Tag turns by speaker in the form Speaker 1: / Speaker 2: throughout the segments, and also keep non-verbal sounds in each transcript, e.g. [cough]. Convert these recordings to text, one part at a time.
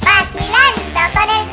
Speaker 1: Vacilando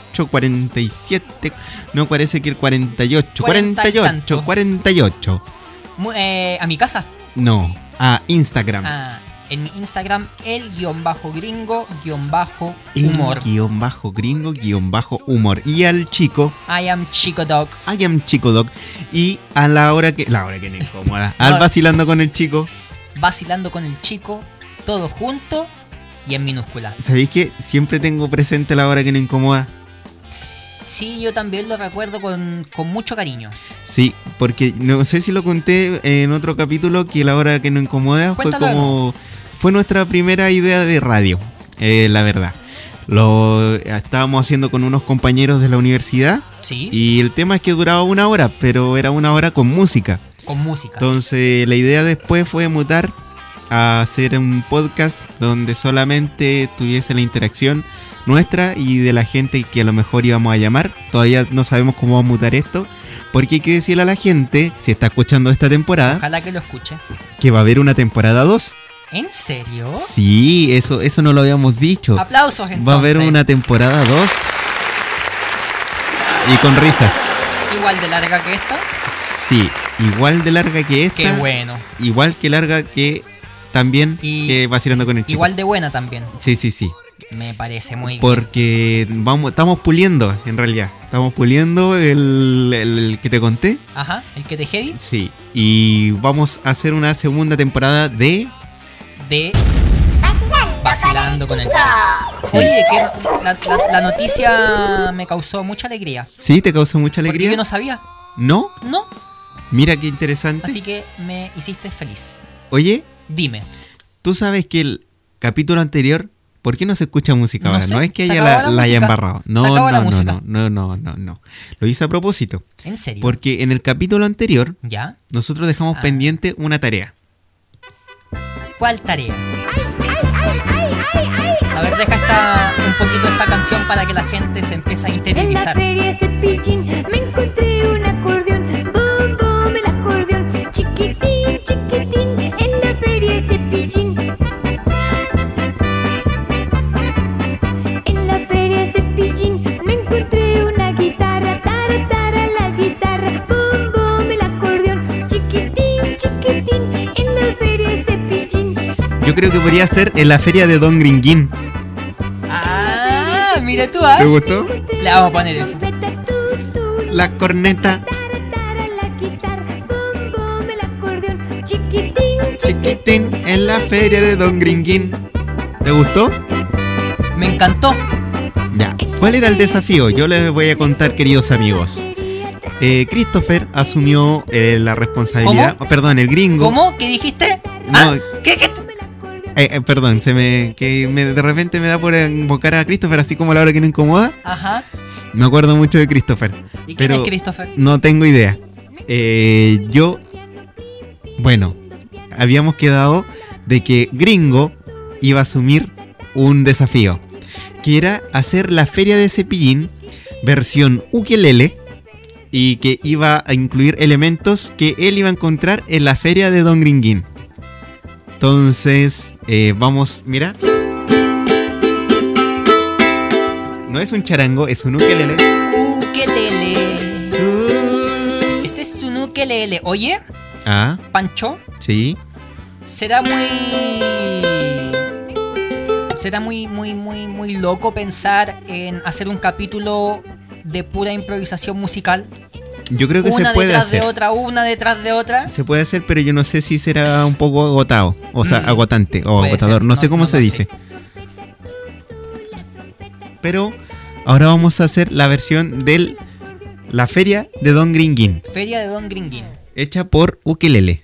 Speaker 2: 47? No parece que el 48.
Speaker 3: Cuarenta y
Speaker 2: 48,
Speaker 3: tanto.
Speaker 2: 48.
Speaker 3: Mu- eh, a mi casa.
Speaker 2: No, a Instagram.
Speaker 3: Ah, en mi Instagram, el guión bajo gringo guión bajo
Speaker 2: El
Speaker 3: humor.
Speaker 2: Guión bajo gringo, guión bajo humor. Y al chico,
Speaker 3: I am Chico Dog.
Speaker 2: I am Chico Doc. Y a la hora que. La hora que me
Speaker 3: [laughs]
Speaker 2: incomoda. Al
Speaker 3: No.
Speaker 2: vacilando con el chico.
Speaker 3: Vacilando con el chico, todo junto y en minúscula.
Speaker 2: ¿Sabéis que siempre tengo presente la hora que no incomoda?
Speaker 3: Sí, yo también lo recuerdo con, con mucho cariño.
Speaker 2: Sí, porque no sé si lo conté en otro capítulo que la hora que no incomoda fue
Speaker 3: Cuéntalo de
Speaker 2: como fue nuestra primera idea de radio, eh, la verdad. Lo eh, estábamos haciendo con unos compañeros de la universidad
Speaker 3: Sí,
Speaker 2: y el tema es que duraba una hora, pero era una hora con música.
Speaker 3: con música.
Speaker 2: Entonces la idea después fue mutar a hacer un podcast donde solamente tuviese la interacción nuestra y de la gente que a lo mejor íbamos a llamar. Todavía no sabemos cómo va a mutar esto. Porque hay que decirle a la gente, si está escuchando esta temporada,
Speaker 3: Ojalá que lo escuche.
Speaker 2: que va a haber una temporada 2.
Speaker 3: ¿En serio?
Speaker 2: Sí, eso, eso no lo habíamos dicho.
Speaker 3: Aplausos Ah, pues, entonces.
Speaker 2: Va a haber una temporada 2. Y con risas.
Speaker 3: Igual de larga que esta.
Speaker 2: Sí, igual de larga que esta.
Speaker 3: Qué bueno.
Speaker 2: igual que larga que también
Speaker 3: Y-
Speaker 2: que vacilando con el chico.
Speaker 3: Igual de buena también.
Speaker 2: Sí, sí, sí.
Speaker 3: Me parece muy bien.
Speaker 2: Porque vamos, estamos puliendo, en realidad. Estamos puliendo el, el- el que te conté.
Speaker 3: Ajá, el que te heavy
Speaker 2: Sí. Y vamos a hacer una segunda temporada de.
Speaker 3: de
Speaker 1: Vacilando,
Speaker 3: Vacilando con el
Speaker 1: chico.
Speaker 3: Oye, que no- la, la- la noticia me causó mucha alegría.
Speaker 2: Sí, te causó mucha
Speaker 3: Porque
Speaker 2: alegría.
Speaker 3: yo no sabía,
Speaker 2: ¿No?
Speaker 3: ¿no?
Speaker 2: Mira qué interesante.
Speaker 3: Así que me hiciste feliz.
Speaker 2: Oye,
Speaker 3: Dime.
Speaker 2: tú sabes que el capítulo anterior. ¿Por qué no se escucha música
Speaker 3: No
Speaker 2: ahora?
Speaker 3: sé,
Speaker 2: no es que
Speaker 3: se
Speaker 2: ella
Speaker 3: acabó
Speaker 2: la,
Speaker 3: la
Speaker 2: la haya
Speaker 3: música.
Speaker 2: embarrado. No,
Speaker 3: Se acabó
Speaker 2: no,
Speaker 3: la
Speaker 2: no,
Speaker 3: música.
Speaker 2: no, no, no, no, no. Lo hice a propósito.
Speaker 3: ¿En serio?
Speaker 2: Porque en el capítulo anterior
Speaker 3: ¿Ya?
Speaker 2: Nosotros dejamos
Speaker 3: Ah.
Speaker 2: pendiente una tarea.
Speaker 3: ¿Cuál tarea? A ver, deja esta, un poquito esta canción para que la gente se empiece a
Speaker 4: En la
Speaker 3: interiorizar.
Speaker 4: feria Cepillín me encontré un acordeón, bum bum el acordeón, chiquitín, chiquitín, en la feria Cepillín. En la feria Cepillín me encontré una guitarra, tara tara la guitarra, bum bum el acordeón, chiquitín, chiquitín, en la feria Cepillín.
Speaker 2: Yo creo que podría ser en la feria de Don Gringuín.
Speaker 3: Ah, mire tú, ¿ah?
Speaker 2: ¿Te gustó?
Speaker 3: Le vamos a poner eso.
Speaker 4: Trompeta, tu, tu,
Speaker 2: La corneta.
Speaker 4: Tara la guitarra, bum bum el acordeón, chiquitín,
Speaker 2: Chiquitín en la feria de Don Gringuín. ¿Te gustó?
Speaker 3: Me encantó.
Speaker 2: Ya. ¿Cuál era el desafío? Yo les voy a contar, queridos amigos. Eh, Christopher asumió eh, la responsabilidad.
Speaker 3: ¿Cómo?
Speaker 2: oh, Perdón, el gringo.
Speaker 3: ¿Cómo? ¿Qué dijiste? ¿Ah? ¿Qué, qué?
Speaker 2: Eh, eh, perdón, se me, que me- de repente me da por invocar a Christopher así como a la hora que no incomoda.
Speaker 3: Ajá.
Speaker 2: Me acuerdo mucho de Christopher.
Speaker 3: ¿Y quién
Speaker 2: pero
Speaker 3: es Christopher?
Speaker 2: No tengo idea. Eh, yo, bueno, habíamos quedado de que Gringo iba a asumir un desafío, que era hacer la feria de cepillín versión ukelele y que iba a incluir elementos que él iba a encontrar en la feria de Don Gringuín. Entonces, eh, vamos, mira. No es un charango, es un ukelele.
Speaker 3: Ukelele. Este es un ukelele. Oye,
Speaker 2: Ah,
Speaker 3: Pancho,
Speaker 2: sí.
Speaker 3: será muy. Será muy, muy, muy, muy loco pensar en hacer un capítulo de pura improvisación musical.
Speaker 2: Yo creo que
Speaker 3: Una
Speaker 2: se puede
Speaker 3: detrás
Speaker 2: hacer.
Speaker 3: de otra, una detrás de otra.
Speaker 2: Se puede hacer, pero yo no sé si será un poco agotado. O sea,
Speaker 3: Mm.
Speaker 2: agotante o
Speaker 3: Puede
Speaker 2: agotador.
Speaker 3: ser,
Speaker 2: No,
Speaker 3: no-
Speaker 2: sé cómo
Speaker 3: no
Speaker 2: se
Speaker 3: lo
Speaker 2: dice. Pero ahora vamos a hacer la versión del la feria de Don Gringuín.
Speaker 3: Feria de Don Gringuín.
Speaker 2: Hecha por Ukelele.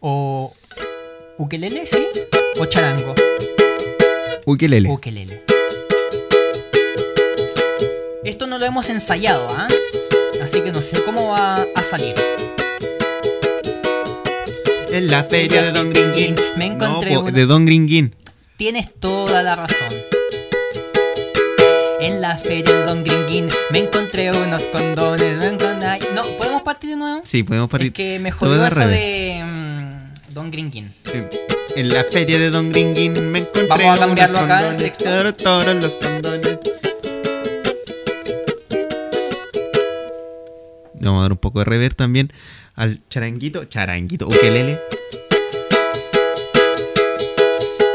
Speaker 3: O. Ukelele, sí. O charango.
Speaker 2: Ukelele.
Speaker 3: Ukelele. Esto no lo hemos ensayado, ¿ah? Así que no sé cómo va a salir.
Speaker 2: En la feria de Don Gringuín.
Speaker 3: Me encontré
Speaker 2: No, po,
Speaker 3: una-
Speaker 2: de Don Gringuín.
Speaker 3: Tienes toda la razón. En la feria de Don Gringuín me encontré unos condones. Me encontré... Ay, No, ¿podemos partir de nuevo?
Speaker 2: Sí, podemos partir.
Speaker 3: Es que me
Speaker 2: Todo
Speaker 3: jodió
Speaker 2: de
Speaker 3: eso
Speaker 2: revés.
Speaker 3: de. mm, Don Gringuín.
Speaker 2: Sí. En la feria de Don Gringuín me encontré
Speaker 3: Vamos a
Speaker 2: unos
Speaker 3: cambiarlo acá, el
Speaker 2: condones,
Speaker 3: texto.
Speaker 2: toro, toro, los condones. Le Vamos a dar un poco de rever también al charanguito, charanguito, ukelele.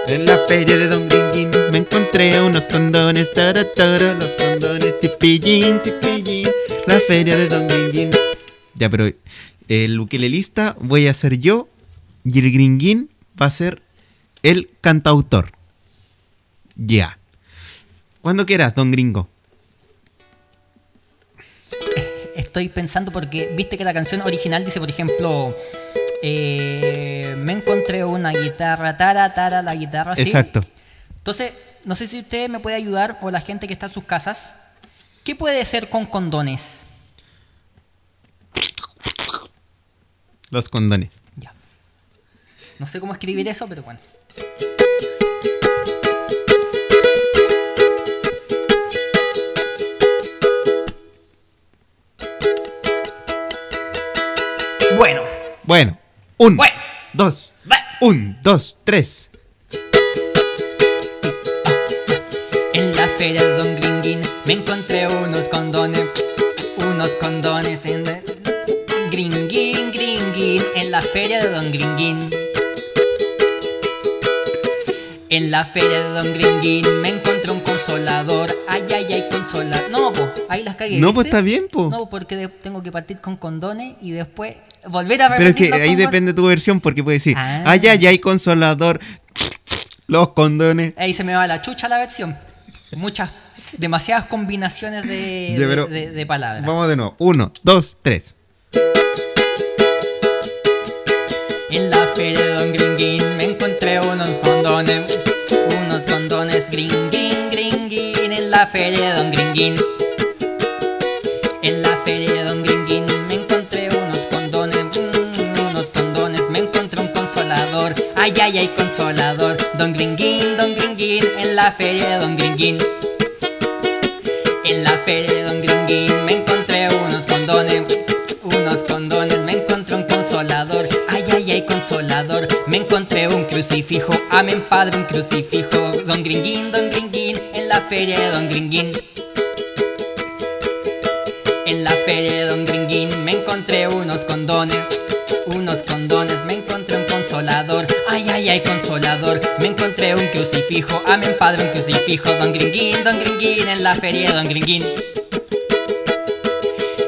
Speaker 2: En la feria de Don Gringuín me encontré unos condones, toro, toro, los condones, tipillín, tipillín. La feria de Don Gringuín. Ya, pero eh, el ukelelista voy a ser yo y el gringuín va a ser el cantautor. Ya. Cuando quieras, don gringo.
Speaker 3: Estoy pensando porque viste que la canción original dice, por ejemplo, eh, me encontré una guitarra, tara, tara, la guitarra. ¿sí?
Speaker 2: Exacto.
Speaker 3: Entonces, no sé si usted me puede ayudar o la gente que está en sus casas. ¿Qué puede ser con condones?
Speaker 2: Los condones.
Speaker 3: Ya. No sé cómo escribir eso, pero bueno. Bueno,
Speaker 2: Bueno, un,
Speaker 3: Bueno.
Speaker 2: dos,
Speaker 3: va.
Speaker 2: un, dos, tres.
Speaker 3: En la feria de Don Gringuín me encontré unos condones, unos condones en el... Gringuín, Gringuín, en la feria de Don Gringuín. En la feria de Don Gringuín me encontré un consolador, ay, ay, ay, consola. No, po, ahí las cagué.
Speaker 2: No, po,
Speaker 3: ¿viste?
Speaker 2: está bien, po.
Speaker 3: No, porque de- tengo que partir con condones y después volver a
Speaker 2: Pero es que
Speaker 3: repetirlo
Speaker 2: ahí
Speaker 3: con con-
Speaker 2: depende tu versión porque puedes decir,
Speaker 3: Ah.
Speaker 2: ay, ay, ay, consolador, los condones.
Speaker 3: Ahí se me va la chucha la versión. Muchas, demasiadas combinaciones de,
Speaker 2: Ya, pero
Speaker 3: de, Eh, de- de palabras.
Speaker 2: Vamos de nuevo. Uno, dos, tres.
Speaker 3: En la feria de Don Gringuín me encontré unos condones, unos condones gringuín, gringuín. En la feria de Don Gringuín. En la feria de Don Gringuín me encontré unos condones, mm, unos condones. Me encontré un consolador, ay, ay, ay, consolador. Don Gringuín, Don Gringuín, en la feria de Don Gringuín. En la feria de Don Gringuín me encontré unos condones, unos condones, me encontré un consolador, ay, ay, ay, consolador, me encontré un crucifijo, amén padre, un crucifijo, Don Gringuín, Don Gringuín, en la feria de Don Gringuín. En la feria de Don Gringuín me encontré unos condones, unos condones, me encontré un consolador, ay, ay, ay, consolador, me encontré un crucifijo, amén padre, un crucifijo, Don Gringuín, Don Gringuín, en la feria de Don Gringuín.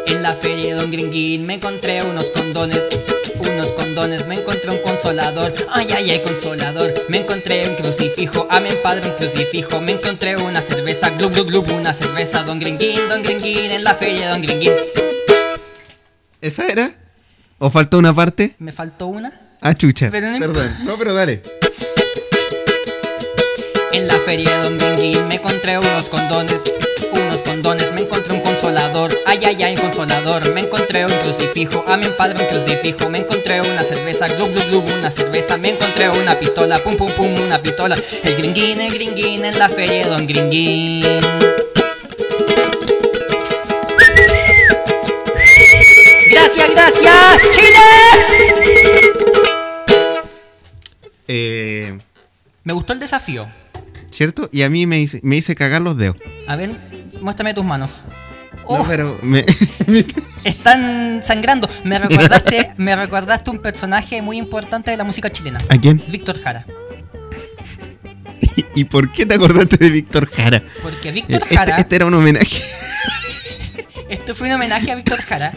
Speaker 3: En la feria de Don Gringuín me encontré unos condones, unos condones, me encontré un consolador, ay ay ay consolador, me encontré un crucifijo, amén padre un crucifijo, me encontré una cerveza, glub glub glub, una cerveza, Don Gringuín, Don Gringuín, en la feria de Don Gringuín.
Speaker 2: ¿Esa era? ¿O faltó una parte?
Speaker 3: Me faltó una.
Speaker 2: Ah, chucha.
Speaker 3: Pero no
Speaker 2: Perdón. No, pero dale.
Speaker 3: En la feria de Don Gringuín me encontré unos condones, unos condones, me encontré un consolador, ay ay ay consolador, me encontré un crucifijo, a mi padre un crucifijo, me encontré una cerveza, glub glub glub, una cerveza, me encontré una pistola, pum pum pum, una pistola, el gringuín, el gringuín, en la feria de Don Gringuín. Francia, Chile.
Speaker 2: Eh,
Speaker 3: Me gustó el desafío.
Speaker 2: ¿Cierto? Y a mí me hice, me hice cagar los dedos.
Speaker 3: A ver, muéstrame tus manos.
Speaker 2: No,
Speaker 3: Uf,
Speaker 2: pero me- [laughs]
Speaker 3: están sangrando. Me recordaste, [laughs] me recordaste un personaje muy importante de la música chilena.
Speaker 2: ¿A quién?
Speaker 3: Víctor Jara.
Speaker 2: ¿Y por qué te acordaste de Víctor Jara?
Speaker 3: Porque
Speaker 2: Eh,
Speaker 3: Víctor
Speaker 2: Este,
Speaker 3: Jara,
Speaker 2: este era un homenaje.
Speaker 3: esto fue un homenaje a Víctor Jara.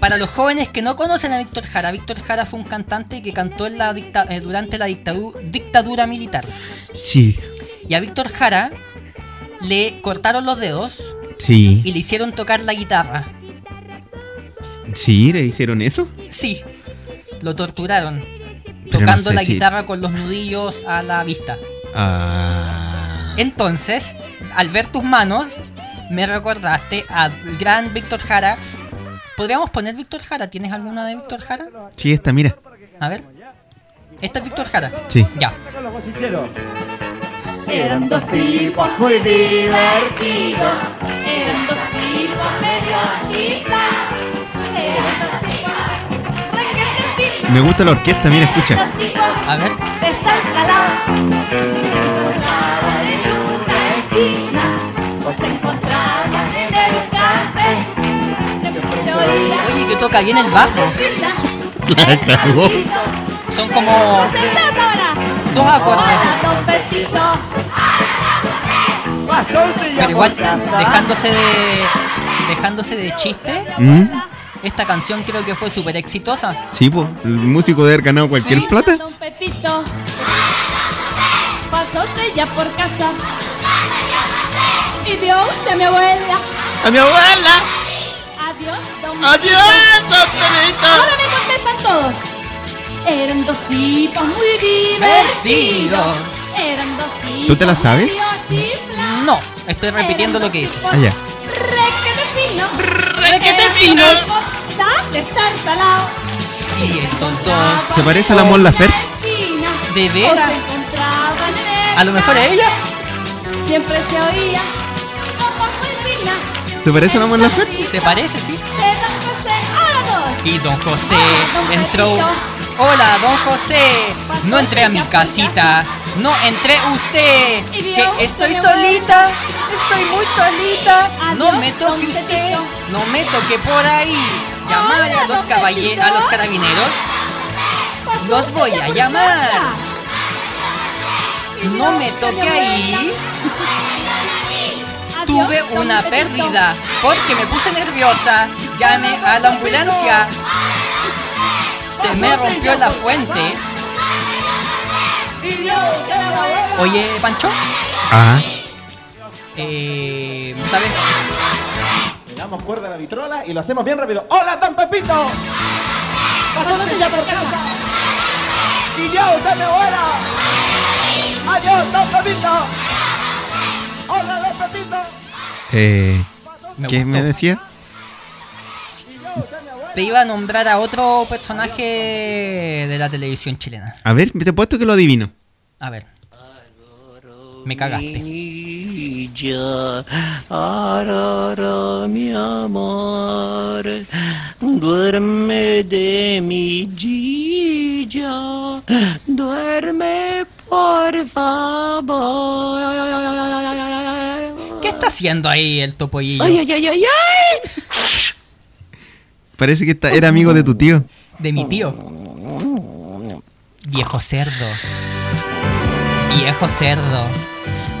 Speaker 3: Para los jóvenes que no conocen a Víctor Jara, Víctor Jara fue un cantante que cantó en la dicta- eh, durante la dictadu- dictadura militar.
Speaker 2: Sí,
Speaker 3: Y a Víctor Jara le cortaron los dedos y
Speaker 2: sí,
Speaker 3: le hicieron tocar la guitarra.
Speaker 2: sí, le hicieron eso.
Speaker 3: Sí, lo torturaron.
Speaker 2: Pero
Speaker 3: Tocando
Speaker 2: no sé
Speaker 3: la
Speaker 2: si-
Speaker 3: guitarra con los nudillos a la vista.
Speaker 2: Ah,
Speaker 3: Entonces, al ver tus manos, me recordaste al gran Víctor Jara. ¿Podríamos poner Víctor Jara? ¿Tienes alguna de Víctor Jara?
Speaker 2: sí, esta, mira.
Speaker 3: A ver. Esta es Víctor Jara.
Speaker 2: Sí.
Speaker 3: Ya.
Speaker 5: Eran dos tipos muy divertidos, eran dos tipos medio chicas, eran dos tipos requete
Speaker 2: Me gusta la orquesta, mira, escucha.
Speaker 5: finos, tipos
Speaker 3: A ver.
Speaker 5: de Salcalá. Cada en una esquina, os encontraban en el café, siempre se oía
Speaker 3: Oye, que toca bien el bajo.
Speaker 5: la cagó. Se
Speaker 3: Son como
Speaker 5: trata ahora.
Speaker 3: dos acordes.
Speaker 5: Hola, don Pepito.
Speaker 3: Pero igual, dejándose de. Dejándose de chiste,
Speaker 2: ¿Mm?
Speaker 3: esta canción creo que fue súper exitosa.
Speaker 2: Sí, po, el músico de haber ganado cualquier
Speaker 3: Sí.
Speaker 2: plata.
Speaker 5: Don Pepito. Pasó usted ya por casa. Y vio usted a mi abuela.
Speaker 2: ¡A mi abuela!
Speaker 5: Adiós, don
Speaker 2: ¡Adiós, don
Speaker 5: Ahora
Speaker 2: Pedrito!
Speaker 5: me contestan todos. Eran dos tipos muy divertidos.
Speaker 3: Divertidos.
Speaker 5: Eran dos tipos.
Speaker 2: ¿Tú te la sabes?
Speaker 5: medio chiflados.
Speaker 3: No, estoy repitiendo lo que hice.
Speaker 5: hice.
Speaker 2: Ah, ya.
Speaker 3: ¡Requete finos! Y estos dos.
Speaker 2: Se parece a la Mon Laferte.
Speaker 3: ¿De veras? A lo mejor a ella.
Speaker 5: Siempre se oía. como muy fina.
Speaker 2: ¿Se parece a la Mon Laferte?
Speaker 3: Se parece, sí.
Speaker 5: De Don José a la dos.
Speaker 3: Y don José
Speaker 5: Hola, don
Speaker 3: entró.
Speaker 5: Pepito.
Speaker 3: Hola, don José. No entré a mi casita. No entré usted.
Speaker 5: Y vio
Speaker 3: Que estoy
Speaker 5: usted, abuela.
Speaker 3: solita. Estoy muy solita. No
Speaker 5: Adiós,
Speaker 3: me toque
Speaker 5: don
Speaker 3: usted.
Speaker 5: Pepito.
Speaker 3: No me toque por ahí. Llamar
Speaker 5: Hola,
Speaker 3: a los
Speaker 5: don
Speaker 3: caballeros,
Speaker 5: Pepito.
Speaker 3: a los carabineros.
Speaker 5: Pasó
Speaker 3: Los
Speaker 5: usted
Speaker 3: voy
Speaker 5: ya
Speaker 3: a
Speaker 5: por
Speaker 3: llamar.
Speaker 5: casa. Y vio
Speaker 3: No me
Speaker 5: usted a mi
Speaker 3: toque ahí.
Speaker 5: abuela. Adiós,
Speaker 3: Tuve
Speaker 5: don
Speaker 3: una
Speaker 5: Pepito.
Speaker 3: pérdida porque me puse nerviosa. Llame a la ambulancia. Se me rompió la fuente.
Speaker 5: Y vio usted a mi abuela.
Speaker 3: Oye, Pancho,
Speaker 2: Ah,
Speaker 3: eh, ¿sabes?
Speaker 6: Le damos cuerda a la vitrola y lo hacemos bien rápido. ¡Hola, don Pepito! ¡Pasándote ya por casa! ¡Y yo, usted mi abuela! ¡Adiós, don Pepito! ¡Hola, don Pepito!
Speaker 2: eh,
Speaker 3: Me
Speaker 2: ¿qué
Speaker 3: gustó.
Speaker 2: me decía?
Speaker 3: Te iba a nombrar a otro personaje de la televisión chilena.
Speaker 2: A ver, te he puesto que lo adivino.
Speaker 3: A ver. Me cagaste.
Speaker 7: Niña, arara, mi amor, duerme de mi Gilla, duerme por favor.
Speaker 3: ¿Qué está haciendo ahí el topollillo?
Speaker 7: Ay, ay, ay, ay, ay.
Speaker 2: Parece que esta- era amigo de tu tío.
Speaker 3: De mi tío. Viejo cerdo. Viejo cerdo.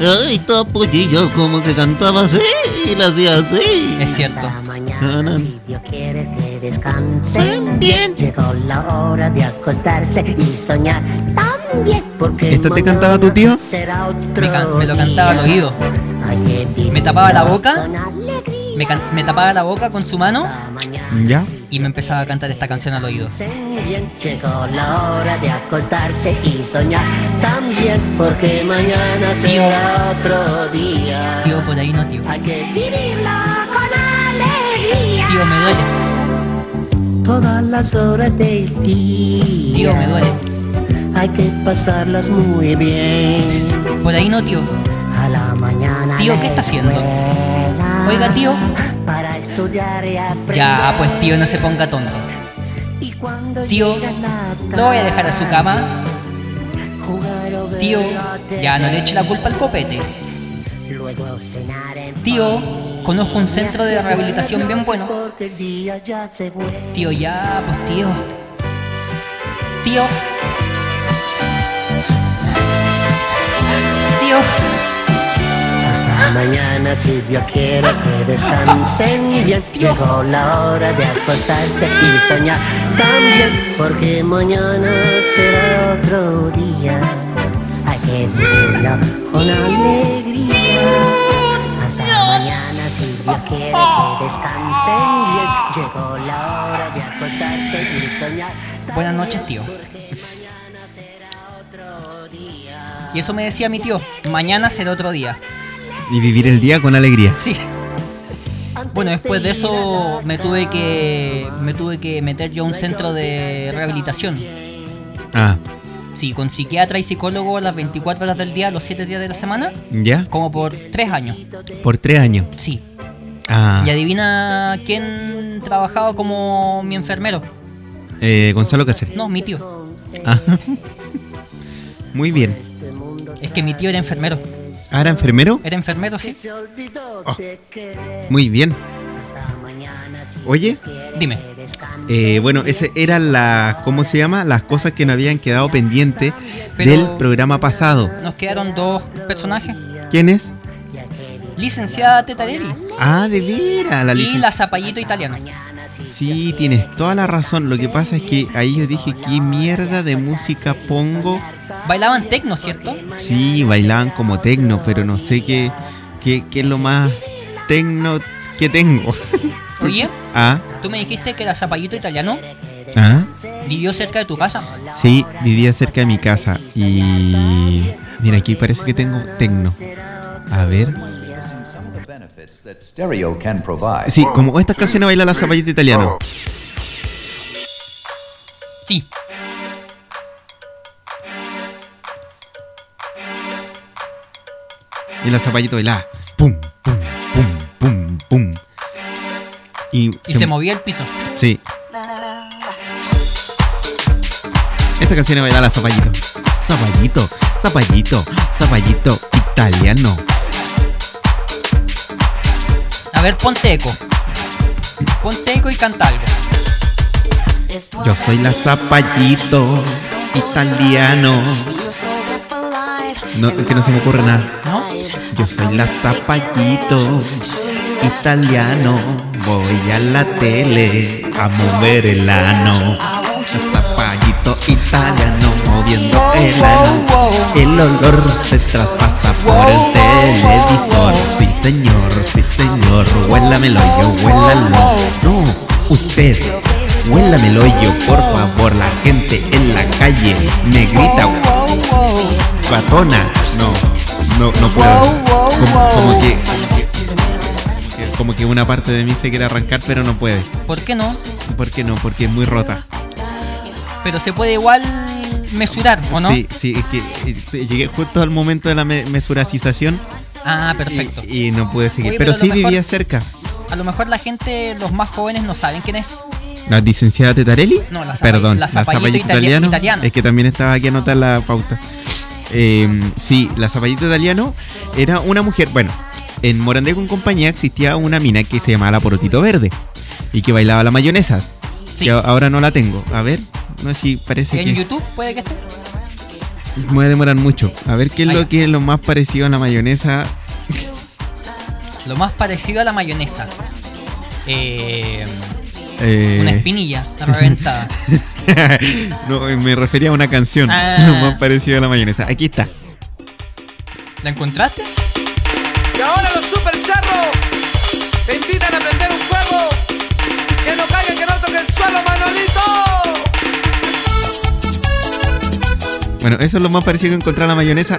Speaker 7: Ay, topollillo, como que cantaba así y la hacía así.
Speaker 3: Es cierto.
Speaker 8: Hasta mañana, si Dios quiere que descansen.
Speaker 7: Bien.
Speaker 8: Llegó la hora de acostarse y soñar también. Porque
Speaker 2: ¿Esto te
Speaker 8: mañana
Speaker 2: cantaba tu tío?
Speaker 8: será otro
Speaker 3: Me, can- me lo cantaba al
Speaker 8: día.
Speaker 3: oído.
Speaker 8: Hay que
Speaker 3: Me tapaba la boca.
Speaker 8: con alegría.
Speaker 3: Me, can- me tapaba la boca con su mano
Speaker 8: Hasta mañana,
Speaker 2: Ya.
Speaker 8: si
Speaker 3: y me empezaba a cantar esta canción al oído.
Speaker 8: descansen bien. Llegó la hora de acostarse y soñar también. Porque mañana será otro día.
Speaker 3: Tío, por ahí no, tío.
Speaker 8: Hay que vivirlo con alegría.
Speaker 3: Tío, me duele.
Speaker 8: Todas las horas del día.
Speaker 3: Tío, me duele.
Speaker 8: Hay que pasarlas muy bien.
Speaker 3: Por ahí no, tío.
Speaker 8: A la mañana.
Speaker 3: Tío, ¿qué
Speaker 8: de
Speaker 3: está haciendo?
Speaker 8: escuela,
Speaker 3: Oiga, tío.
Speaker 8: Para estudiar y aprender.
Speaker 3: Ya, pues tío, no se ponga tonto. Tío, no voy a dejar a su cama. Tío, ya no le eche la culpa al copete. Tío, conozco un centro de rehabilitación bien bueno. Tío, ya, pues tío. Tío. Tío.
Speaker 8: Hasta mañana si Dios quiere que descansen bien. Llegó la hora de acostarse y soñar también, porque mañana será otro día. Hay que vivirlo con alegría. Hasta mañana si Dios quiere que descansen bien. Llegó la hora de acostarse y soñar.
Speaker 3: Buenas noches, tío. Y eso me decía mi tío, mañana será otro día.
Speaker 2: Y vivir el día con alegría.
Speaker 3: Sí. Bueno, después de eso me tuve que me tuve que meter yo a un centro de rehabilitación.
Speaker 2: Ah,
Speaker 3: Sí, con psiquiatra y psicólogo a las 24 horas del día, los 7 días de la semana,
Speaker 2: ¿ya?
Speaker 3: como por 3 años.
Speaker 2: Por tres años.
Speaker 3: Sí.
Speaker 2: Ah,
Speaker 3: Y adivina quién trabajaba como mi enfermero.
Speaker 2: eh, Gonzalo Cacer.
Speaker 3: No, mi tío.
Speaker 2: Ah. [laughs] Muy bien.
Speaker 3: Es que mi tío era enfermero.
Speaker 2: ¿Ahora enfermero?
Speaker 3: Era enfermero, sí.
Speaker 2: Muy bien. Oye,
Speaker 3: Dime.
Speaker 2: eh, bueno, ese eran las, ¿cómo se llama? Las cosas que nos habían quedado pendientes
Speaker 3: Pero-
Speaker 2: del programa pasado.
Speaker 3: Nos quedaron dos personajes.
Speaker 2: ¿Quién es?
Speaker 3: Licenciada Tetarelli
Speaker 2: Ah, de veras, la
Speaker 3: y
Speaker 2: licenciada.
Speaker 3: la Zapallito Italiana.
Speaker 2: Sí, tienes toda la razón. Lo que pasa es que ahí yo dije, ¿qué mierda de música pongo?
Speaker 3: Bailaban tecno, ¿cierto?
Speaker 2: Sí, bailaban como tecno, pero no sé qué, qué, qué es lo más tecno que tengo. [laughs]
Speaker 3: Oye,
Speaker 2: ah,
Speaker 3: tú me dijiste que la Zapallito Italiano
Speaker 2: ah,
Speaker 3: vivió cerca de tu casa.
Speaker 2: sí, vivía cerca de mi casa y... Mira, aquí parece que tengo tecno. A ver.
Speaker 9: Stereo can provide.
Speaker 2: Sí, como esta canción baila la zapallita italiana.
Speaker 3: Sí.
Speaker 2: Y la zapallita bailaba. Pum, pum, pum, pum, pum. Y,
Speaker 3: Y se movía el piso.
Speaker 2: Sí. Esta canción es bailar a Zapallito. Zapallito, Zapallito, Zapallito italiano.
Speaker 3: A ver, ponte eco. Ponte eco y canta algo.
Speaker 2: Yo soy la Zapallito italiano. No, que no se me ocurre nada.
Speaker 3: ¿No?
Speaker 2: Yo soy la Zapallito italiano. Voy a la tele a mover el ano. La Zapallito italiano moviendo el ano. El olor se traspasa por el televisor. Sí, señor, sí, señor. Huélamelo yo, huélalo. No, usted. Huélamelo yo, por favor. La gente en la calle me grita. Guatona. No, no, no puedo. Como, como que. como que- Como que una parte de mí se quiere arrancar, pero no puede.
Speaker 3: ¿Por qué no?
Speaker 2: ¿Por qué no? Porque es muy rota.
Speaker 3: Pero se puede igual mesurar, ¿o no?
Speaker 2: Sí, sí, es que eh, llegué justo al momento de la me- mesuracización
Speaker 3: Ah, perfecto.
Speaker 2: y, y no pude seguir.
Speaker 3: Oye, pero
Speaker 2: pero
Speaker 3: a lo
Speaker 2: sí
Speaker 3: mejor-
Speaker 2: vivía cerca.
Speaker 3: A lo mejor la gente, los más jóvenes, no saben quién es.
Speaker 2: ¿La licenciada Tetarelli?
Speaker 3: No, la zapa-
Speaker 2: Perdón,
Speaker 3: la
Speaker 2: la
Speaker 3: zapallito
Speaker 2: zapallita
Speaker 3: itali-
Speaker 2: italiano.
Speaker 3: italiano.
Speaker 2: Es que también estaba aquí anotar la pauta. Eh, sí, la zapallita italiano era una mujer. Bueno, en Morandé con compañía existía una mina que se llamaba la Porotito Verde y que bailaba la mayonesa.
Speaker 3: Sí.
Speaker 2: Que a- ahora no la tengo. A ver, no sé si parece
Speaker 3: en
Speaker 2: que
Speaker 3: YouTube puede que esté.
Speaker 2: me voy a demorar mucho. A ver qué es
Speaker 3: Ah,
Speaker 2: lo
Speaker 3: ya.
Speaker 2: que es lo más parecido a la mayonesa.
Speaker 3: Lo más parecido a la mayonesa. Eh,
Speaker 2: Eh,
Speaker 3: Una espinilla reventada.
Speaker 2: [laughs] no, eh, me refería a una canción.
Speaker 3: Ah.
Speaker 2: [laughs] Lo más parecido a la mayonesa. Aquí está.
Speaker 3: ¿La encontraste?
Speaker 10: Y ahora los super charros te invitan a prender un fuego. Que no caiga, que no toque el suelo, Manolito.
Speaker 2: Bueno, eso es lo más parecido que encontrar a la mayonesa.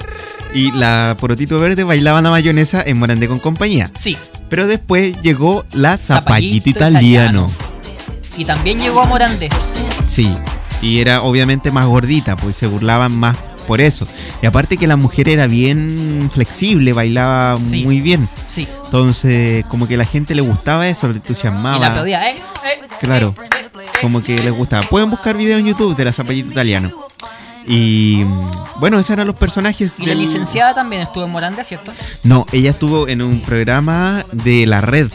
Speaker 2: Y la Porotito Verde bailaba la mayonesa en Morandé con compañía.
Speaker 3: Sí.
Speaker 2: Pero después llegó la
Speaker 3: Zapallito
Speaker 2: Zapallito Italiano.
Speaker 3: Y también llegó a Morandé.
Speaker 2: Sí. Y era obviamente más gordita, pues se burlaban más por eso. Y aparte que la mujer era bien flexible, bailaba
Speaker 3: Sí.
Speaker 2: muy bien.
Speaker 3: Sí.
Speaker 2: Entonces, como que la gente le gustaba eso, le
Speaker 3: Y la
Speaker 2: entusiasmaba.
Speaker 3: aplaudía. ¿eh? eh,
Speaker 2: Ah, Claro.
Speaker 3: eh, eh,
Speaker 2: como que les gustaba. Pueden buscar videos en YouTube de la Zapallito Italiano. Y mm, bueno, esos eran los personajes.
Speaker 3: Y la
Speaker 2: del-
Speaker 3: licenciada también estuvo en Morandé, ¿cierto?
Speaker 2: No, ella estuvo en un programa de la red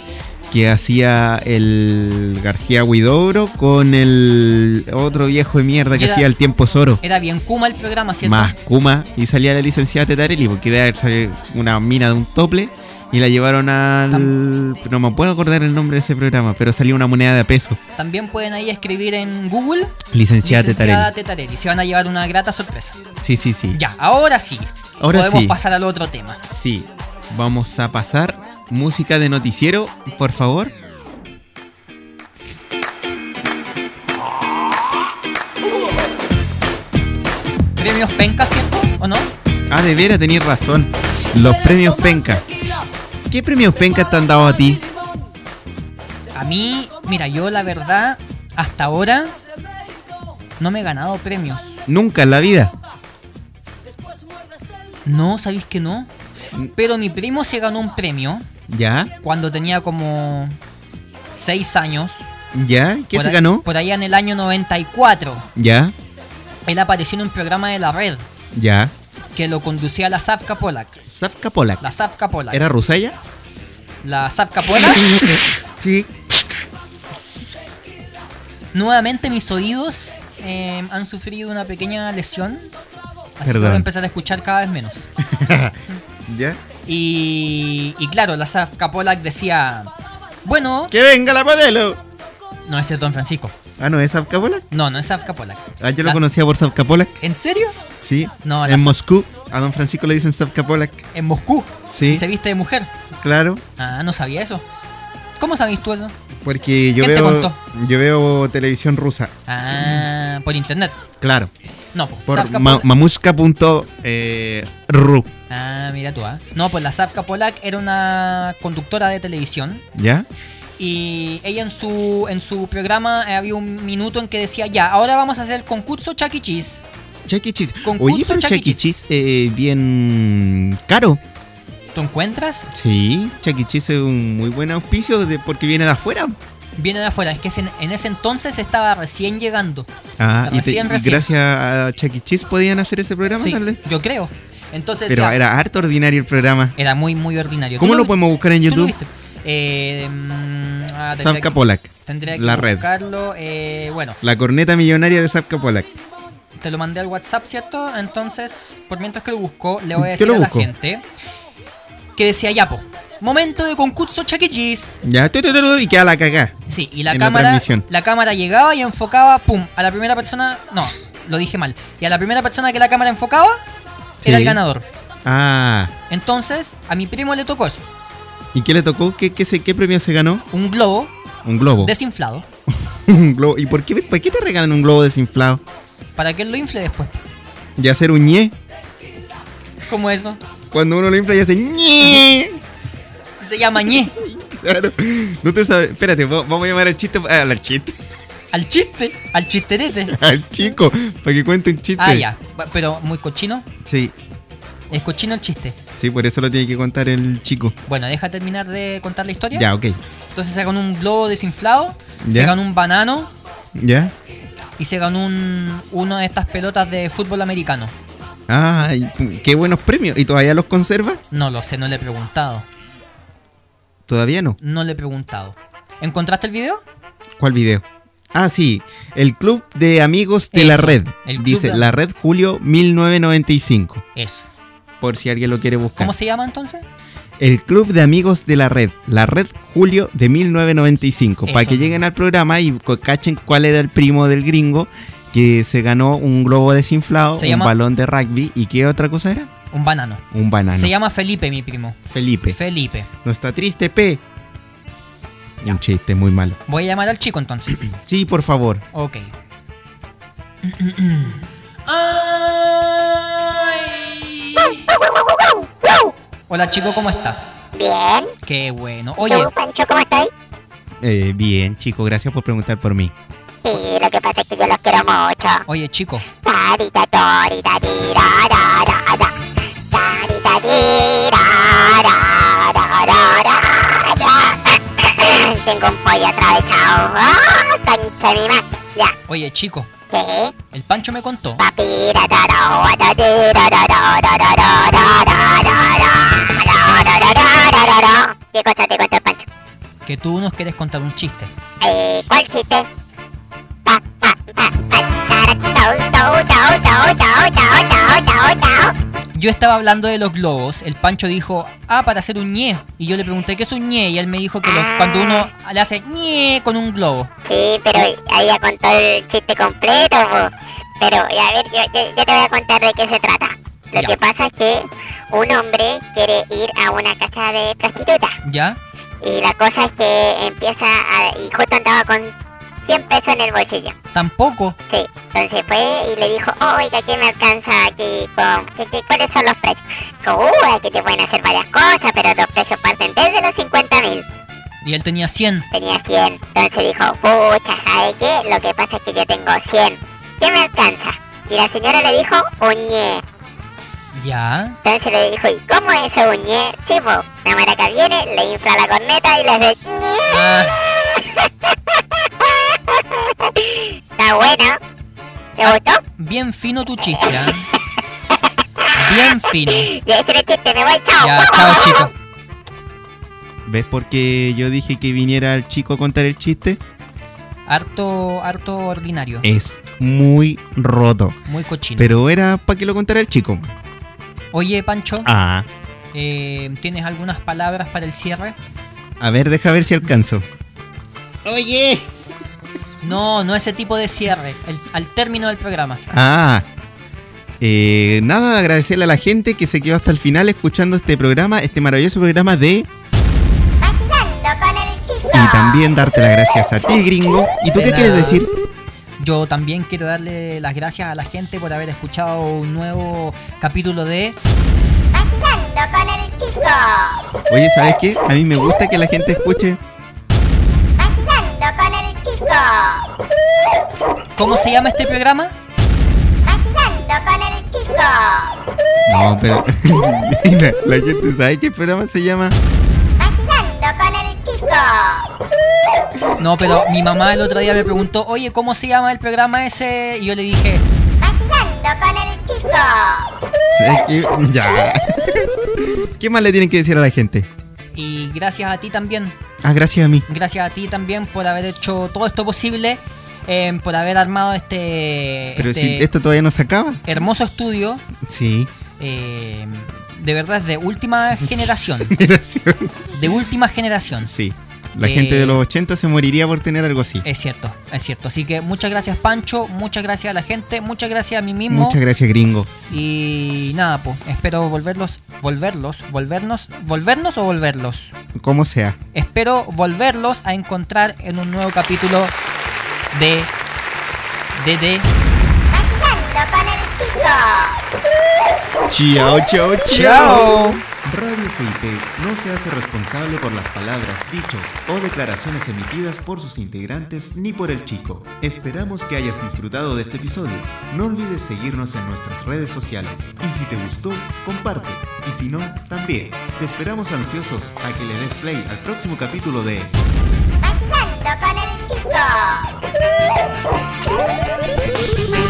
Speaker 2: que hacía el García Huidobro con el otro viejo de mierda que
Speaker 3: Era-
Speaker 2: hacía el tiempo Zoro.
Speaker 3: Era bien Kuma el programa, ¿cierto?
Speaker 2: Más Kuma y salía la licenciada Tetarelli porque debe haber salido una mina de un tople y la llevaron al. No me puedo acordar el nombre de ese programa, pero salió una moneda de a peso.
Speaker 3: También pueden ahí escribir en Google
Speaker 2: Licenciada
Speaker 3: Licenciada
Speaker 2: Tetarelli.
Speaker 3: Tetarelli. Se van a llevar una grata sorpresa.
Speaker 2: Sí, sí, sí.
Speaker 3: Ya, ahora sí.
Speaker 2: Ahora
Speaker 3: podemos
Speaker 2: sí.
Speaker 3: pasar al otro tema.
Speaker 2: Sí, vamos a pasar música de noticiero, por favor.
Speaker 3: Premios Penca, ¿cierto? ¿O no?
Speaker 2: Ah, de veras, tenías razón. Los premios Penca. ¿Qué premios Penca te han dado a ti?
Speaker 3: A mí, mira, yo la verdad, hasta ahora no me he ganado premios.
Speaker 2: Nunca en la vida.
Speaker 3: No, ¿sabéis que no?
Speaker 2: Mm.
Speaker 3: Pero mi primo se ganó un premio
Speaker 2: ¿Ya?
Speaker 3: cuando tenía como 6 años.
Speaker 2: ¿Ya? ¿Qué
Speaker 3: Por
Speaker 2: se
Speaker 3: ahí-
Speaker 2: ganó?
Speaker 3: Por allá en el año 94.
Speaker 2: ¿Ya?
Speaker 3: Él apareció en un programa de la red
Speaker 2: ¿Ya?
Speaker 3: que lo conducía la Savka Polak.
Speaker 2: Zafka Polak.
Speaker 3: La Savka Polak.
Speaker 2: ¿Era rusa ella?
Speaker 3: La Savka Polak. [laughs]
Speaker 2: Sí. Nuevamente
Speaker 3: mis oídos eh, han sufrido una pequeña lesión. Así que
Speaker 2: Perdón.
Speaker 3: voy a empezar a escuchar cada vez menos.
Speaker 2: ¿Ya?
Speaker 3: Y, y claro, la Zafka Polak decía... Bueno...
Speaker 2: ¡Que venga la modelo!
Speaker 3: No, ese es Don Francisco.
Speaker 2: Ah, ¿no es Zafka Polak?
Speaker 3: No, no es Zafka Polak.
Speaker 2: Ah, yo lo
Speaker 3: La-
Speaker 2: conocía por Zafka Polak.
Speaker 3: ¿En serio?
Speaker 2: Sí.
Speaker 3: No, la
Speaker 2: en
Speaker 3: Zaf-
Speaker 2: Moscú. A don Francisco le dicen Zafka Polak.
Speaker 3: En Moscú.
Speaker 2: Sí.
Speaker 3: Y se viste de mujer.
Speaker 2: Claro.
Speaker 3: Ah, no sabía eso. ¿Cómo sabías tú eso?
Speaker 2: Porque yo
Speaker 3: ¿Quién te
Speaker 2: veo,
Speaker 3: contó?
Speaker 2: yo veo televisión rusa.
Speaker 3: Ah, por internet.
Speaker 2: Claro.
Speaker 3: No, po,
Speaker 2: Por
Speaker 3: Zafka
Speaker 2: ma eh,
Speaker 3: Polak.
Speaker 2: mamushka.ru.
Speaker 3: Ah, mira tú, ah. No, pues la Zafka Polak era una conductora de televisión.
Speaker 2: ¿Ya?
Speaker 3: Y ella en su, en su programa eh, había un minuto en que decía, ya, ahora vamos a hacer concurso Chuck E. Cheese.
Speaker 2: Chuck E. Cheese.
Speaker 3: Concurso
Speaker 2: Oye, pero
Speaker 3: Chuck
Speaker 2: Chuck
Speaker 3: E.
Speaker 2: E. Cheese eh, bien caro.
Speaker 3: ¿Tú encuentras?
Speaker 2: Sí, Chuck E. Cheese es un muy buen auspicio de, porque viene de afuera.
Speaker 3: Viene de afuera, es que en, en ese entonces estaba recién llegando.
Speaker 2: Ah, y, te-
Speaker 3: Recién,
Speaker 2: y
Speaker 3: recién.
Speaker 2: gracias a Chuck E. Cheese podían hacer ese programa,
Speaker 3: Sí,
Speaker 2: tal vez.
Speaker 3: yo creo. Entonces
Speaker 2: Pero
Speaker 3: ya,
Speaker 2: era harto ordinario el programa.
Speaker 3: era muy, muy ordinario.
Speaker 2: ¿Cómo
Speaker 3: ¿Tú
Speaker 2: lo podemos buscar en
Speaker 3: tú lo
Speaker 2: YouTube?
Speaker 3: viste? Eh, mm, ah, tendría
Speaker 2: Savka
Speaker 3: que-
Speaker 2: Polak,
Speaker 3: Tendría que
Speaker 2: la red.
Speaker 3: buscarlo. eh, bueno,
Speaker 2: La corneta millonaria de Zapka Polak.
Speaker 3: te lo mandé al WhatsApp, ¿cierto? Entonces, por mientras que lo busco, le voy a decir
Speaker 2: Yo lo
Speaker 3: a la
Speaker 2: busco.
Speaker 3: gente que decía, ya, po, momento de concurso Chuck E. Cheese.
Speaker 2: Ya, tu, tu, tu, tu, y queda la cagá.
Speaker 3: Sí, y la
Speaker 2: en la
Speaker 3: cámara
Speaker 2: transmisión.
Speaker 3: la cámara llegaba y enfocaba, pum, a la primera persona, no, lo dije mal. Y a la primera persona que la cámara enfocaba era
Speaker 2: Sí.
Speaker 3: el ganador.
Speaker 2: Ah,
Speaker 3: Entonces, a mi primo le tocó eso,
Speaker 2: ¿y qué le tocó? ¿Qué, qué, se- qué premio se ganó?
Speaker 3: un globo
Speaker 2: Un globo.
Speaker 3: desinflado
Speaker 2: [laughs] un globo. ¿Y por qué, por qué te regalan un globo desinflado?
Speaker 3: para que él lo infle después.
Speaker 2: Y hacer un ñe.
Speaker 3: Como eso.
Speaker 2: Cuando uno lo infla y hace [laughs] ñe.
Speaker 3: Se llama ñe,
Speaker 2: Claro. No te sabes. Espérate, va- vamos a llamar al chiste. ah, Al chiste. [laughs]
Speaker 3: al chiste, al chisterete.
Speaker 2: Al chico. Para que cuente un chiste.
Speaker 3: Ah, ya, va- pero muy cochino,
Speaker 2: Sí,
Speaker 3: es cochino el chiste.
Speaker 2: sí, por eso lo tiene que contar el chico.
Speaker 3: Bueno, deja terminar de contar la historia.
Speaker 2: Ya, ok.
Speaker 3: Entonces se ganó un globo desinflado, se
Speaker 2: Ya.
Speaker 3: ganó un banano
Speaker 2: ¿Ya?
Speaker 3: y se ganó un, una de estas pelotas de fútbol americano.
Speaker 2: Ah, qué buenos premios. ¿Y todavía los conserva?
Speaker 3: No lo sé, no le he preguntado.
Speaker 2: Todavía no.
Speaker 3: No le he preguntado. ¿Encontraste el video?
Speaker 2: ¿Cuál video? Ah, sí. El Club de Amigos de la
Speaker 3: Eso,
Speaker 2: Red.
Speaker 3: el Club
Speaker 2: Dice,
Speaker 3: de-
Speaker 2: la Red Julio 1995.
Speaker 3: Eso.
Speaker 2: Por si alguien lo quiere buscar.
Speaker 3: ¿Cómo se llama entonces?
Speaker 2: El Club de Amigos de la Red. La Red Julio de 1995. Para
Speaker 3: Eso.
Speaker 2: que lleguen al programa y co- cachen cuál era el primo del gringo que se ganó un globo desinflado,
Speaker 3: Se
Speaker 2: un
Speaker 3: llama-
Speaker 2: balón de rugby y qué otra cosa era?
Speaker 3: Un banano.
Speaker 2: Un banano.
Speaker 3: Se llama Felipe, mi primo.
Speaker 2: Felipe.
Speaker 3: Felipe.
Speaker 2: no está triste, P. Un chiste muy malo.
Speaker 3: Voy a llamar al chico
Speaker 2: [clears throat]
Speaker 3: entonces.
Speaker 2: Sí, por favor.
Speaker 3: ok. [clears throat] Ay. Hola chico, ¿cómo estás?
Speaker 1: Bien.
Speaker 3: Qué bueno. Oye,
Speaker 1: ¿Tú, Pancho, cómo estáis?
Speaker 2: Eh, bien, chico, gracias por preguntar por mí.
Speaker 1: Sí, lo que pasa es que yo los quiero mucho.
Speaker 3: oye chico.
Speaker 1: Tarita, torita, tira, ra, ra, ra. Tarita, tira, ra, [laughs] ra, ra, ra, ra. Tengo un pollo atravesado. ¡Ah! Está pancha mi más. Ya.
Speaker 3: Oye, chico,
Speaker 1: ¿Qué?
Speaker 3: el Pancho me contó
Speaker 1: ¿Qué cosa te cuento, Pancho?
Speaker 3: que tú nos quieres contar un chiste.
Speaker 1: Eh, ¿Cuál chiste? Pa, pa, pa, pa, tara, tau, tau, tau, tau, tau, tau, tau, tau, tau.
Speaker 3: Yo estaba hablando de los globos, el Pancho dijo, ah, para hacer un ñe. Y yo le pregunté, ¿qué es un ñe? Y él me dijo que los- cuando uno le hace ñe con un globo.
Speaker 1: Sí, pero ahí ya contó el chiste completo. po. Pero, a ver, yo, yo- yo te voy a contar de qué se trata. Lo
Speaker 3: Ya.
Speaker 1: que pasa es que un hombre quiere ir a una casa de prostitutas.
Speaker 3: ¿Ya?
Speaker 1: Y la cosa es que empieza a, y justo andaba con 100 pesos en el bolsillo.
Speaker 3: Tampoco.
Speaker 1: Sí, entonces fue y le dijo, oiga, ¿qué me alcanza aquí? Con, ¿qué, qué- cuáles son los precios? Dijo, uy, aquí te pueden hacer varias cosas, pero los precios parten desde los 50 mil.
Speaker 3: Y él tenía 100.
Speaker 1: Tenía 100. Entonces dijo, pucha, ¿sabe qué? Lo que pasa es que yo tengo 100. ¿Qué me alcanza? Y la señora le dijo, uñe.
Speaker 3: ¿Ya?
Speaker 1: Entonces le dijo, ¿y cómo es eso, uñe? Sí, po, la maraca viene, le infla la corneta y le hace,
Speaker 3: Ah.
Speaker 1: ñe. Está bueno. ¿Te gustó?
Speaker 3: Bien fino tu chiste, ¿ah? Bien fino.
Speaker 1: Ya ese era el chiste, me voy, chao.
Speaker 3: Ya, chao, chico.
Speaker 2: ¿Ves por qué yo dije que viniera el chico a contar el chiste?
Speaker 3: Harto, harto ordinario.
Speaker 2: Es muy roto.
Speaker 3: Muy cochino.
Speaker 2: Pero era para que lo contara el chico.
Speaker 3: Oye, Pancho,
Speaker 2: Ah.
Speaker 3: eh, ¿tienes algunas palabras para el cierre?
Speaker 2: A ver, deja ver si alcanzo.
Speaker 3: Oye. No, no ese tipo de cierre. el- al término del programa.
Speaker 2: Ah. Eh, nada, agradecerle a la gente que se quedó hasta el final escuchando este programa, este maravilloso programa de... Y también darte las gracias a ti, gringo. ¿Y tú
Speaker 3: De
Speaker 2: qué quieres
Speaker 3: nada.
Speaker 2: decir?
Speaker 3: Yo también quiero darle las gracias a la gente por haber escuchado un nuevo capítulo de...
Speaker 1: con el chico.
Speaker 2: Oye, ¿sabes qué? A mí me gusta que la gente escuche.
Speaker 1: Vacilando con el chico.
Speaker 3: ¿Cómo se llama este programa?
Speaker 1: Vacilando con el chico.
Speaker 2: No, pero... [laughs] Mira, la gente sabe que el programa se llama...
Speaker 1: Vacilando con el chico.
Speaker 3: No, pero mi mamá el otro día me preguntó, oye, ¿cómo se llama el programa ese? Y yo le dije,
Speaker 1: Vacilando con el chico.
Speaker 2: ¿Sabes qué? Ya. ¿Qué más le tienen que decir a la gente?
Speaker 3: y gracias a ti también,
Speaker 2: Ah, gracias a mí.
Speaker 3: gracias a ti también por haber hecho todo esto posible, eh, por haber armado este,
Speaker 2: Pero
Speaker 3: este
Speaker 2: si esto todavía no se acaba.
Speaker 3: hermoso estudio,
Speaker 2: Sí. [laughs]
Speaker 3: eh, de verdad es de última generación,
Speaker 2: Gracias.
Speaker 3: de última generación.
Speaker 2: Sí. La
Speaker 3: Eh,
Speaker 2: gente de los 80 se moriría por tener algo así.
Speaker 3: Es cierto, es cierto. Así que muchas gracias Pancho, muchas gracias a la gente, muchas gracias a mí mismo.
Speaker 2: Muchas gracias, gringo.
Speaker 3: Y nada, pues, espero volverlos, volverlos, volvernos, volvernos o volverlos.
Speaker 2: Como sea.
Speaker 3: Espero volverlos a encontrar en un nuevo capítulo de. de. de.
Speaker 1: Vacilando con el chico.
Speaker 2: Chao, chao,
Speaker 3: ¡Chao!
Speaker 11: Radio GIP no se hace responsable por las palabras, dichos o declaraciones emitidas por sus integrantes ni por el chico. Esperamos que hayas disfrutado de este episodio. No olvides seguirnos en nuestras redes sociales. Y si te gustó, comparte. Y si no, también. Te esperamos ansiosos a que le des play al próximo capítulo de...
Speaker 1: Vacilando con el chico.